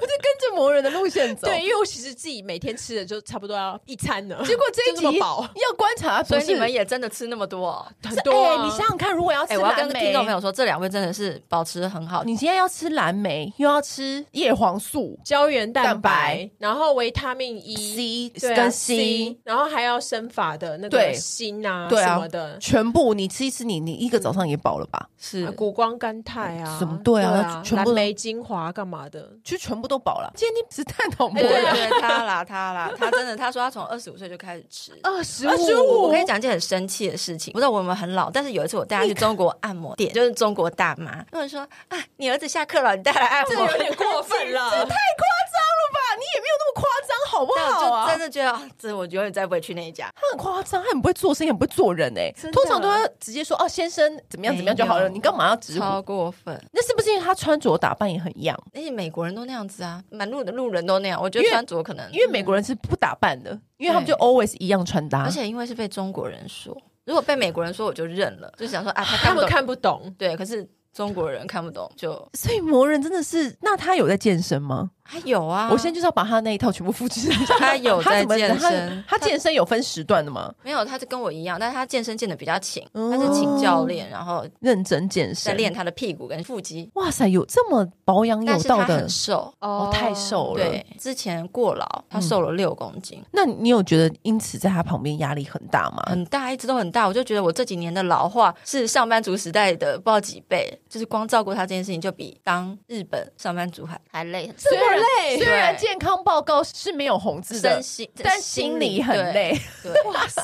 Speaker 1: 我 就跟着魔人的路线走，
Speaker 2: 对，因为我其实自己每天吃的就差不多要一餐呢，
Speaker 1: 结果这一
Speaker 2: 就
Speaker 1: 集
Speaker 2: 这么饱
Speaker 1: 要观察，
Speaker 3: 所
Speaker 1: 不
Speaker 3: 以你
Speaker 1: 是
Speaker 3: 们也真的吃那么多哦、
Speaker 2: 很
Speaker 1: 是
Speaker 2: 多啊。
Speaker 1: 哎你想想看，如果要吃
Speaker 3: 哎、我要
Speaker 1: 蓝
Speaker 3: 跟听
Speaker 1: 莓
Speaker 3: 众朋友说，这两位真的是保持得很好。
Speaker 1: 你今天要吃蓝莓，又要吃叶黄素
Speaker 2: 胶原蛋
Speaker 1: 蛋白
Speaker 2: 白，然后维他命 E。
Speaker 1: C
Speaker 2: 对啊
Speaker 1: 跟
Speaker 2: C，
Speaker 1: C，
Speaker 2: 然后还要生发的那
Speaker 1: 对
Speaker 2: 个锌啊，
Speaker 1: 对啊
Speaker 2: 什么的，
Speaker 1: 全部你吃一吃，你你一个早上也饱了吧？
Speaker 3: 是
Speaker 2: 啊谷光甘肽啊，
Speaker 1: 什么对啊全部
Speaker 2: 蓝
Speaker 1: 都
Speaker 2: 莓精华干嘛的？
Speaker 1: 就全部都饱了。今天你只探讨魔
Speaker 3: 对 对啊
Speaker 1: 人，
Speaker 3: 对，他啦他 啦，他真的他说他从二十五岁就开始吃。
Speaker 2: 二十
Speaker 1: 25
Speaker 3: 我跟你讲一件很生气的事情，不知道我有没有很老，但是有一次我带他去中国按摩店， 就是中国大妈，跟我说啊，你儿子下课了，你带来按摩，
Speaker 2: 有点过分了，
Speaker 1: 太夸张了吧？你也没有那么夸张，好不
Speaker 3: 但
Speaker 1: 好
Speaker 3: 我就
Speaker 1: 啊
Speaker 3: 真？的觉得啊，这我永远再不会去那一家。
Speaker 1: 他很夸张，他很不会做生意，很不会做人哎、
Speaker 3: 真的
Speaker 1: 通常都要直接说哦，先生怎么样怎么样就好了，
Speaker 3: 没有
Speaker 1: 你干嘛要直呼？
Speaker 3: 超过分！
Speaker 1: 那是不是因为他穿着打扮也很一样？
Speaker 3: 而且美国人都那样子啊，满路的路人都那样。我觉
Speaker 1: 因
Speaker 3: 得
Speaker 1: 为
Speaker 3: 穿着可能，
Speaker 1: 因为美国人是不打扮的，因为他们就
Speaker 3: 嗯对
Speaker 1: always 一样穿搭，
Speaker 3: 而且因为是被中国人说，啊如果被美国人说，我就认了，就想说啊，他
Speaker 2: 他
Speaker 3: 看不
Speaker 2: 们
Speaker 3: 懂。
Speaker 2: 看不懂。
Speaker 3: 对，可是中国人看不懂，就
Speaker 1: 所以魔人真的是，那他有在健身吗？
Speaker 3: 还有啊，
Speaker 1: 我现在就是要把他那一套全部复 制。
Speaker 3: 他有在
Speaker 1: 怎么
Speaker 3: 健
Speaker 1: 他
Speaker 3: 身
Speaker 1: 他健身有分时段的吗？
Speaker 3: 没有，他是跟我一样，但是他健身健的比较勤，
Speaker 1: 哦
Speaker 3: 他是请教练，然后
Speaker 1: 认真健身，
Speaker 3: 再练。他的屁股跟腹肌。
Speaker 1: 哇塞，有这么保养
Speaker 3: 但
Speaker 1: 有
Speaker 3: 是
Speaker 1: 道
Speaker 3: 他
Speaker 1: 的
Speaker 3: 很，瘦，
Speaker 1: 哦，太瘦了。
Speaker 3: 对，之前过劳，他瘦了六公斤，
Speaker 1: 那你有觉得因此在他旁边压力很大吗？
Speaker 3: 很大，一直都很大。我就觉得我这几年的老化是上班族时代的不知道几倍，就是光照顾他这件事情，就比当日本上班族还还累，
Speaker 1: 虽然累虽然
Speaker 3: 对
Speaker 1: 健康报告是没有红字的
Speaker 3: 身，心，
Speaker 1: 但心里很。累。
Speaker 3: 对对
Speaker 2: 哇塞，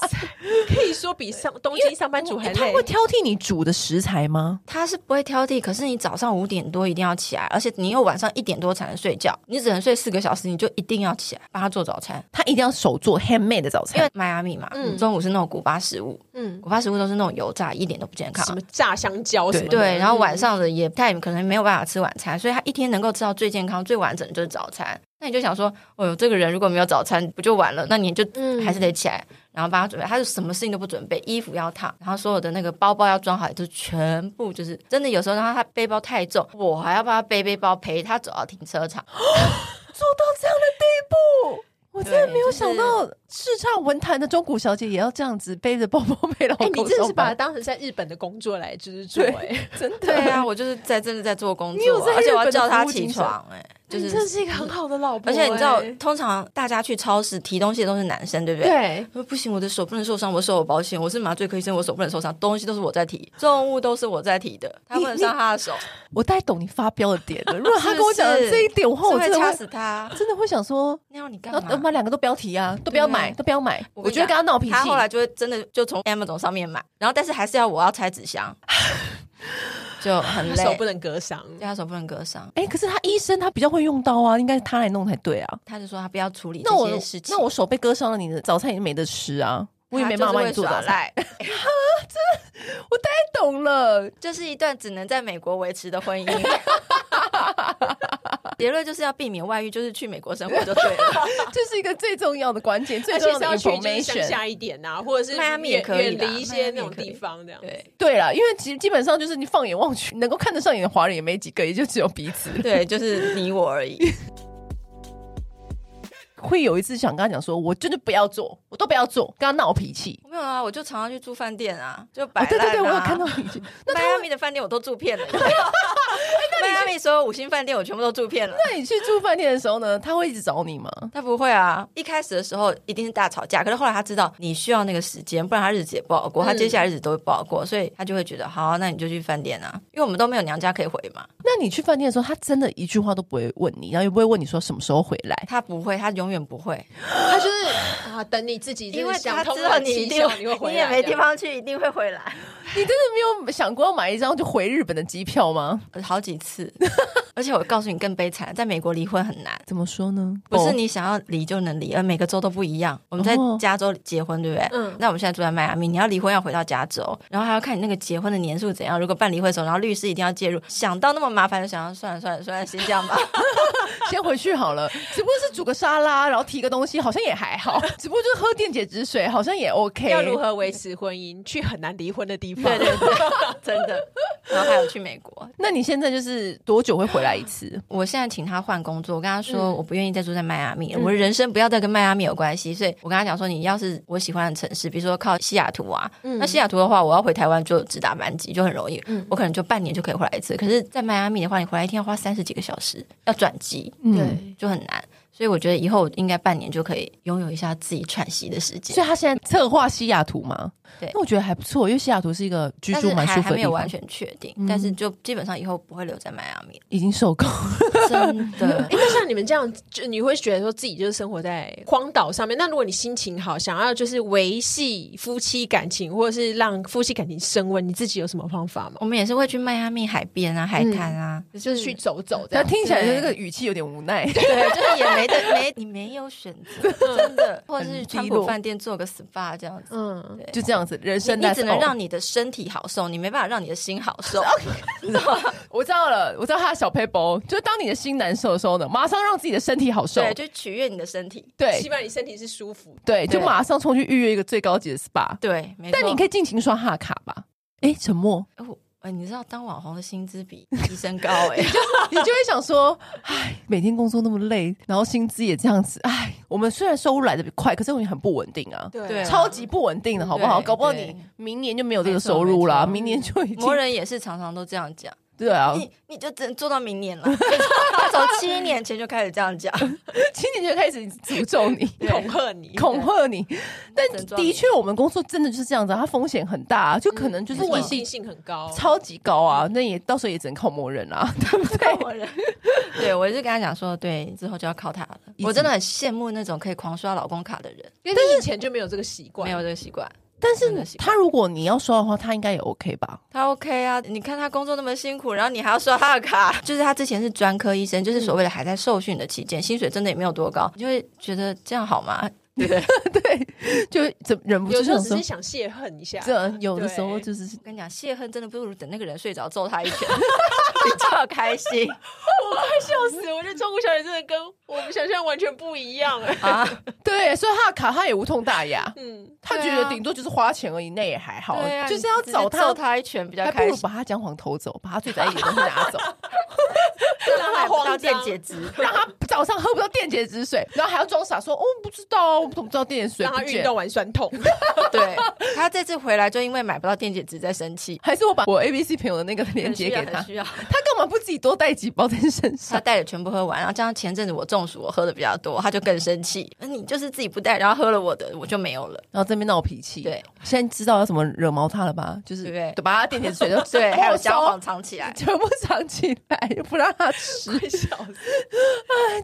Speaker 2: 可以说比上东京上班族还
Speaker 1: 他
Speaker 2: 累
Speaker 1: 会。挑剔你煮的食材吗？
Speaker 3: 他是不会挑剔，可是你早上五点多一定要起来，而且你又晚上一点多才能睡觉，你只能睡四个小时，你就一定要起来帮他做早餐。
Speaker 1: 他一定要手做 handmade 的早
Speaker 3: 因
Speaker 1: 餐
Speaker 3: 为，迈阿密嘛，
Speaker 2: 嗯
Speaker 3: 中午是那种古巴食物，
Speaker 2: 嗯，
Speaker 3: 古巴食物都是那种油炸，一点都不健
Speaker 2: 什
Speaker 3: 康
Speaker 2: 么。炸香蕉什么的。
Speaker 3: 对，然后晚
Speaker 2: 上
Speaker 3: 上的也不太可能没有办法吃晚餐，所以他一天能够吃到最健康、最完整的就是早餐。那你就想说，哦呦，这个人如果没有早餐，不就完了？那你就
Speaker 2: 嗯
Speaker 3: 还是得起来，然后帮他准备。他就什么事情都不准备，衣服要烫，然后所有的那个包包要装好，就全部就是真的。有时候让他背包太重，我还要帮他背背包，陪他走到停车场。
Speaker 1: 做到这样的地步。我真的
Speaker 3: 对
Speaker 1: 没有
Speaker 3: 就是
Speaker 1: 想到，叱咤文坛的中古小姐也要这样子背着包包背老
Speaker 2: 哎、
Speaker 1: 公上班。
Speaker 2: 你真的是把它当成在日本的工作来就是做、哎，
Speaker 1: 真的
Speaker 3: 对啊，我就是在真的在做 工
Speaker 1: 你有
Speaker 3: 作，
Speaker 1: 在
Speaker 3: 而且我
Speaker 1: 日
Speaker 3: 要
Speaker 1: 本的
Speaker 3: 叫他
Speaker 1: 服务
Speaker 3: 起
Speaker 1: 精神
Speaker 3: 床、哎， 就
Speaker 2: 你
Speaker 3: 是
Speaker 2: 真的是一个很好的老婆、
Speaker 3: 而且你知道
Speaker 2: 哎，
Speaker 3: 通常大家去超市提东西的都是男生，欸对不对？
Speaker 2: 对，
Speaker 3: 我说不行，我的手不能受伤，我手有保险，我是麻醉科医生，我手不能受伤，东西都是我在提，重物都是我在提的，他不能伤他的手，
Speaker 1: 我大概懂你发飙的点了。如果他
Speaker 3: 是不
Speaker 1: 跟我讲的
Speaker 3: 是
Speaker 1: 这一点的话，
Speaker 3: 是
Speaker 1: 我
Speaker 3: 会哦呃
Speaker 1: 真的
Speaker 3: 掐
Speaker 1: 会
Speaker 3: 死他。
Speaker 1: 真的会想说，
Speaker 3: 那要你干
Speaker 1: 那我
Speaker 3: 嘛
Speaker 1: 们？两个都不要提啊，都不要买，
Speaker 3: 对
Speaker 1: 都不要买。我
Speaker 3: 我跟你
Speaker 1: 觉得跟他闹脾气。
Speaker 3: 他后来就会真的就从 Amazon 上面买，然后但是还是要我要拆纸 箱，就很
Speaker 2: 他
Speaker 3: 累，
Speaker 2: 手不能割伤。
Speaker 3: 对他手不能割伤，
Speaker 1: 哎、可是他医生他比较会用刀啊，应该是他来弄才对啊。
Speaker 3: 他就说他不要处理这
Speaker 1: 那我
Speaker 3: 些事情，
Speaker 1: 那我手被割伤了，你的早餐也没得吃啊，我也没办法帮你做早
Speaker 3: 他就是会耍
Speaker 1: 餐。
Speaker 3: 赖，
Speaker 1: 太懂了，
Speaker 3: 就是一段只能在美国维持的婚 姻。结论就是要避免外遇，就是去美国生活就对了。
Speaker 1: 这是一个最重要的关 键，最
Speaker 2: 而
Speaker 1: 重
Speaker 2: 且
Speaker 1: 要
Speaker 2: 是
Speaker 1: 的
Speaker 2: 要去就是乡
Speaker 1: information。
Speaker 2: 下一点啊，或者是
Speaker 3: 迈阿密也
Speaker 2: 远
Speaker 3: 可以
Speaker 2: 远
Speaker 3: 啦
Speaker 2: 离一些
Speaker 3: 迈
Speaker 2: 那
Speaker 3: 阿密也
Speaker 2: 种
Speaker 3: 可以
Speaker 2: 地方这样。
Speaker 3: 对。
Speaker 1: 对啊啦，因为其实基本上就是你放眼望去，能够看得上眼的华人也没几个，也就只有彼此。
Speaker 3: 对，就是你我而已。
Speaker 1: 会有一次想跟他讲说，我就是不要做，我都不要 做，跟他闹脾气。
Speaker 3: 没有啊，我就常常去住饭店啊，就摆
Speaker 1: 哦
Speaker 3: 烂、啊，
Speaker 1: 对对对，我有看到脾气。
Speaker 3: 迈阿密的饭店我都住遍 了。迈阿密所有五星饭店我全部都住遍了。
Speaker 1: 那你去住饭店的时候呢，他会一直找你吗？
Speaker 3: 他不会啊，一开始的时候一定是大吵架，可是后来他知道你需要那个时间，不然他日子也不好
Speaker 2: 嗯
Speaker 3: 过，他接下来日子都会不好过，所以他就会觉得好啊，那你就去饭店啊，因为我们都没有娘家可以回嘛。
Speaker 1: 那你去饭店的时候，他真的一句话都不会问你，然后也不会问你说什么时候回来。
Speaker 3: 他不会，他永远不会，
Speaker 2: 他就是啊，等你自己
Speaker 3: 因
Speaker 2: 就
Speaker 3: 为
Speaker 2: 是
Speaker 3: 他
Speaker 2: 想通
Speaker 3: 知道
Speaker 2: 了
Speaker 3: 你一
Speaker 2: 气
Speaker 3: 定
Speaker 2: 消，你会回
Speaker 3: 你
Speaker 2: 来
Speaker 3: 也没地
Speaker 2: 这样。
Speaker 3: 方去，一定会回来。
Speaker 1: 你真的没有想过要买一张就回日本的机票吗？
Speaker 3: 好几 次，而且我告诉你更悲惨，在美国离婚很难。
Speaker 1: 怎么说呢？
Speaker 3: 不是
Speaker 1: 哦
Speaker 3: 你想要离就能离，而每个州都不一样。我们在
Speaker 1: 哦
Speaker 3: 加州结婚，对不对？
Speaker 2: 嗯
Speaker 3: 那我们现在住在迈阿密，你要离婚要回到加州，然后还要看你那个结婚的年数怎样。如果办离婚的时候，然后律师一定要介入，想到那么麻烦，就想要算了算了算了，先这样吧。
Speaker 1: 先回去好了，只不过是煮个沙拉，然后提个东西，好像也还 好。只不过就是喝电解质水，好像也 OK。
Speaker 2: 要如？何维持婚姻？去很难离婚的地方。
Speaker 3: 对对对， 真的。然后还有去美国，
Speaker 1: 那你现在就是多久会回来一次？
Speaker 3: 我现在请他换工作，我跟他说
Speaker 2: 嗯
Speaker 3: 我不愿意再住在迈阿密
Speaker 1: 嗯
Speaker 3: 了，我的人生不要再跟迈阿密有关系。所以我跟他讲说，你要是我喜欢的城市，比如说靠西雅图啊，
Speaker 1: 嗯
Speaker 3: 那西雅图的话，我要回台湾就直达班机，就很容易，我可能就半年就可以回来一次。可是，在迈阿密的话，你回来一天要花三十几个小时，要转机，
Speaker 1: 嗯，
Speaker 2: 对，
Speaker 3: 就很难。所以我觉得以后应该半年就可以拥有一下自己喘息的时
Speaker 1: 所
Speaker 3: 间
Speaker 1: 以，他现在策划西雅图嘛？
Speaker 3: 对
Speaker 1: 那我觉得还不错，因为西雅图是一个居
Speaker 3: 但
Speaker 1: 住
Speaker 3: 是
Speaker 1: 蛮
Speaker 3: 还
Speaker 1: 舒服
Speaker 3: 还
Speaker 1: 的地
Speaker 3: 没有
Speaker 1: 方嗯
Speaker 3: 完，全确定，但是就基本上以后不会留在迈阿密了，
Speaker 1: 已经受够。
Speaker 3: 真的
Speaker 2: 哎、。那像你们这样，就你会觉得说自己就是生活在荒岛上面。那如果你心情好，想要就是维系夫妻感情，或者是让夫妻感情升温，你自己有什么方法吗？
Speaker 3: 我们也是会去迈阿密海边啊、海滩啊，
Speaker 1: 嗯
Speaker 2: 就是去走走这
Speaker 1: 他
Speaker 2: 样。
Speaker 1: 听起来这个语气有点无奈。
Speaker 3: 对，就是也没没得没，你没有选 择，真的，或者是川
Speaker 1: 低
Speaker 3: 普
Speaker 1: 落
Speaker 3: 饭店做个 SPA 这样子。
Speaker 2: 嗯，
Speaker 1: 就这样子，人生
Speaker 3: 你
Speaker 1: that's
Speaker 3: 只能
Speaker 1: all
Speaker 3: 让你的身体好受，你没办法让你的心好 受。
Speaker 1: 我知道了，我知道他的小 paper，就是当你的心难受的时候呢，马上让自己的身体好受，
Speaker 3: 对，就取悦你的身体。
Speaker 2: 希
Speaker 1: 对
Speaker 2: 望你身体是舒服的。
Speaker 1: 对，就
Speaker 3: 对
Speaker 1: 马上冲去预约一个最高级的 SPA。
Speaker 3: 对，没错。
Speaker 1: 但你可以尽情刷他的卡吧。哎，沉默，
Speaker 3: 哎，我哎你知道当网红的薪资 比医生高哎、
Speaker 1: 你就会想说，哎，每天工作那么累，然后薪资也这样子，哎，我们虽然收入来的快，可是我们也很不稳定啊，
Speaker 2: 对
Speaker 3: 对啊
Speaker 1: 超级不稳定的好不好？
Speaker 3: 对
Speaker 1: 搞不好
Speaker 3: 对
Speaker 1: 你明年就没有这个
Speaker 3: 没错
Speaker 1: 收入啦，
Speaker 3: 没错
Speaker 1: 明年就已经
Speaker 3: 魔人也是常常都这样讲，
Speaker 1: 对啊，
Speaker 3: 你你就只能做到明年了。他从七年前就开始这样讲，
Speaker 1: 今年就开始诅咒你。
Speaker 2: 恐吓你，
Speaker 1: 恐吓你，但
Speaker 3: 整装
Speaker 1: 的确，我们工作真的就是这样子啊，它风险很大、啊，就
Speaker 3: 嗯
Speaker 1: 可能就是
Speaker 2: 不
Speaker 1: 异
Speaker 2: 稳
Speaker 1: 地
Speaker 2: 定嗯性很
Speaker 3: 哦
Speaker 2: 高。
Speaker 1: 超级高啊，那也到时候也只能靠默认啊，对不对？
Speaker 3: 魔人。 对，我就跟他讲说，对，之后就要靠他了。
Speaker 1: 直
Speaker 3: 我真的很羡慕那种可以狂刷老公卡的人，
Speaker 2: 因为你以前就没有这个习惯，
Speaker 3: 没有这个习惯。
Speaker 1: 但
Speaker 3: 真的
Speaker 1: 是
Speaker 3: 习惯
Speaker 1: 他如果你要说的话，他应该也 OK 吧？
Speaker 3: 他 OK 啊，你看他工作那么辛苦，然后你还要刷他的卡， 就是他之前是专科医生，就是所谓的还在受训的期间，薪水真的也没有多高，你就会觉得这样好吗？对不对？
Speaker 1: 对，就怎忍不
Speaker 2: 有
Speaker 1: 住
Speaker 2: 时候
Speaker 1: 想
Speaker 2: 只
Speaker 1: 说
Speaker 2: 是，想泄恨一下。
Speaker 1: 这有的
Speaker 2: 对
Speaker 1: 时候就是
Speaker 3: 我跟你讲，泄恨真的不如等那个人睡着揍他一 拳，比较开心
Speaker 2: 笑死！我觉得中国小姐真的跟我们想象完全不一 样哎。
Speaker 3: 啊！
Speaker 1: 对，所以他的卡他也无痛大雅，
Speaker 2: 嗯，
Speaker 1: 他觉
Speaker 3: 对
Speaker 1: 得
Speaker 3: 啊
Speaker 1: 顶多就是花钱而已，那也还好，
Speaker 3: 对啊，
Speaker 1: 就是要
Speaker 3: 你
Speaker 1: 找
Speaker 3: 直接揍
Speaker 1: 他。
Speaker 3: 他一拳比较
Speaker 1: 还不
Speaker 3: 开
Speaker 1: 如
Speaker 3: 心，
Speaker 1: 把他姜黄偷走，把他最在意的东西拿 走，
Speaker 3: 让他买不到电解 质。
Speaker 1: 让他早上喝不到电解质水，然后还要装傻说：“哦，不知道啊，我怎么知道电解质水
Speaker 2: 让他
Speaker 1: 不
Speaker 2: 运
Speaker 1: 见
Speaker 2: 动完酸 痛，
Speaker 3: 对他这次回来就因为买不到电解质在生气？”，
Speaker 1: 还是我把我 A B C 朋友的那个链
Speaker 3: 很 需
Speaker 1: 接
Speaker 3: 要
Speaker 1: 给他，
Speaker 3: 很需要。
Speaker 1: 他干嘛不自己多带几包在身
Speaker 3: 他
Speaker 1: 上？
Speaker 3: 带的全部喝完，然后加上前阵子我中暑，我喝的比较多，他就更生气。那你就是自己不带，然后喝了我的，我就没有了。
Speaker 1: 然后这边闹脾气。
Speaker 3: 对，
Speaker 1: 现在知道要怎么惹毛他了吧？就是
Speaker 3: 对不对
Speaker 1: 把他电解质水都
Speaker 3: 对，还有
Speaker 1: 没
Speaker 3: 姜
Speaker 1: 收
Speaker 3: 黄藏起来。
Speaker 1: 全部藏起来，又不让他吃。
Speaker 2: 笑死！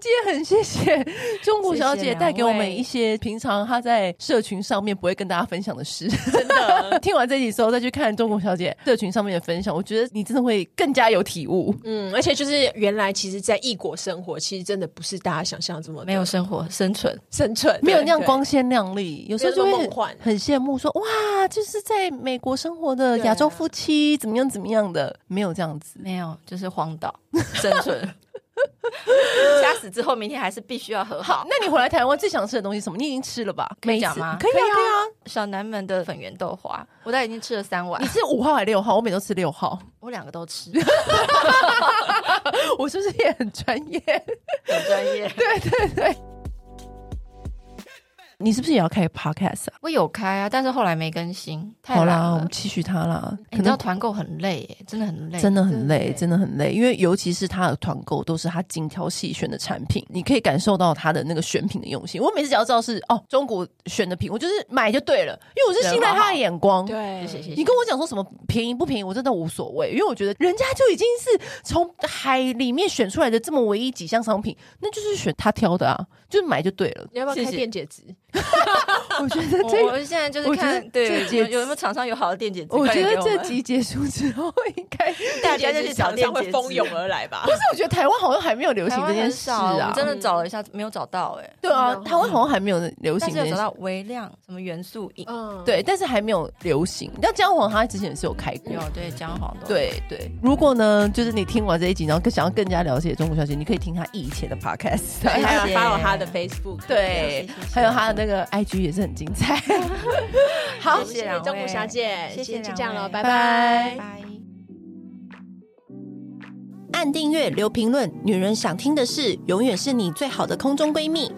Speaker 1: 今天很谢谢中国小
Speaker 3: 谢谢
Speaker 1: 姐
Speaker 3: 两
Speaker 1: 带给我
Speaker 3: 位
Speaker 1: 们一些平常她在社群上面不会跟大家分享的事。
Speaker 2: 真的，
Speaker 1: 听完这集之后，再去看中国小姐社群上面的分享，我觉得你真的会更加有体悟。
Speaker 2: 嗯，而且就是原来其实，在异国生活，其实真的不是大家想象这么
Speaker 3: 没有生活生存，
Speaker 2: 生存，
Speaker 1: 没有那样
Speaker 2: 对
Speaker 1: 光鲜亮丽，有时候就会
Speaker 2: 没有那么梦幻
Speaker 1: 很很羡慕说，哇，就是在美国生活的
Speaker 2: 对啊
Speaker 1: 亚洲夫妻怎么样怎么样的，没有这样子。
Speaker 3: 没有就是荒岛 生存。掐死之后，明天还是必须要和好。
Speaker 1: 那你回来台湾最想吃的东西是什么？你已经吃了吧？
Speaker 3: 可以
Speaker 1: 每次
Speaker 3: 讲吗
Speaker 1: 可以啊，可以啊。
Speaker 3: 小南门的粉圆豆花，我大概已经吃了三碗
Speaker 1: 你，是五号还是六号？我每都吃六号，
Speaker 3: 我两个都吃，
Speaker 1: 我是不是也很专业？
Speaker 3: 很专业。
Speaker 1: 你是不是也要开 podcast 啊？
Speaker 3: 我有开啊，但是后来没更新，太
Speaker 1: 好
Speaker 3: 懒
Speaker 1: 啦，我
Speaker 3: 了
Speaker 1: 们。期许他啦。
Speaker 3: 哎你知道团购很累耶，真的很累，
Speaker 1: 真的很累，真的很累，因为尤其是他的团购都是他精挑细选的产品，你可以感受到他的那个选品的用心。我每次只要知道是哦中国选的品，我就是买就对了，因为我是信赖他的眼光。
Speaker 2: 对，。
Speaker 3: 谢谢谢谢。
Speaker 1: 你跟我讲说什么便宜不便宜，我真的无所谓，因为我觉得人家就已经是从海里面选出来的这么唯一几项商品，那就是选他挑的啊，就是买就对了
Speaker 2: 你要不
Speaker 3: 谢
Speaker 2: 要
Speaker 3: 谢
Speaker 2: 开电解质？
Speaker 1: 我觉得
Speaker 3: 我
Speaker 1: 这
Speaker 3: 我们现在就是
Speaker 1: 我觉
Speaker 3: 看
Speaker 1: 得
Speaker 3: 对
Speaker 1: 这节
Speaker 3: 有有没有厂商有好的电解质，
Speaker 1: 我
Speaker 3: 快
Speaker 1: 觉
Speaker 3: 点
Speaker 1: 得
Speaker 3: 给
Speaker 1: 这
Speaker 3: 们
Speaker 1: 集结束之后应该，
Speaker 3: 大家就去找
Speaker 2: 厂
Speaker 3: 电
Speaker 2: 商
Speaker 3: 解
Speaker 2: 会
Speaker 3: 质，
Speaker 2: 蜂拥而来吧？
Speaker 1: 但我觉得台湾好像还没有流
Speaker 3: 台
Speaker 1: 行
Speaker 3: 湾
Speaker 1: 这件
Speaker 3: 很
Speaker 1: 事
Speaker 3: 少，我
Speaker 1: 啊
Speaker 3: 们，真的找了一下没有找到哎，
Speaker 1: 对啊，
Speaker 2: 真的
Speaker 1: 台湾好像还没有流行
Speaker 3: 但是
Speaker 1: 这
Speaker 3: 有
Speaker 1: 件
Speaker 3: 找
Speaker 1: 事。
Speaker 3: 到微量什么元素饮，
Speaker 2: 嗯，
Speaker 1: 对，但是还没有流行。那姜黄它之前也是有开过。
Speaker 3: 有对姜黄的，
Speaker 1: 对对，如果呢，就是你听完这一集，然后更想要更加了解中国小姐，你可以听她以前的 podcast，
Speaker 2: 还
Speaker 3: 谢
Speaker 2: 有
Speaker 3: 谢
Speaker 2: 还有他的 Facebook，
Speaker 1: 对
Speaker 3: 谢谢谢，
Speaker 1: 还有她的那个 IG 也是很精彩。
Speaker 3: 好，
Speaker 2: 谢谢中古小姐
Speaker 3: 谢谢
Speaker 2: 先就这样
Speaker 3: 两
Speaker 2: 咯
Speaker 3: 位
Speaker 2: 拜
Speaker 3: 拜
Speaker 2: 拜
Speaker 3: 拜。
Speaker 4: 按订阅，留评论，女人想听的事，永远是你最好的空中闺蜜。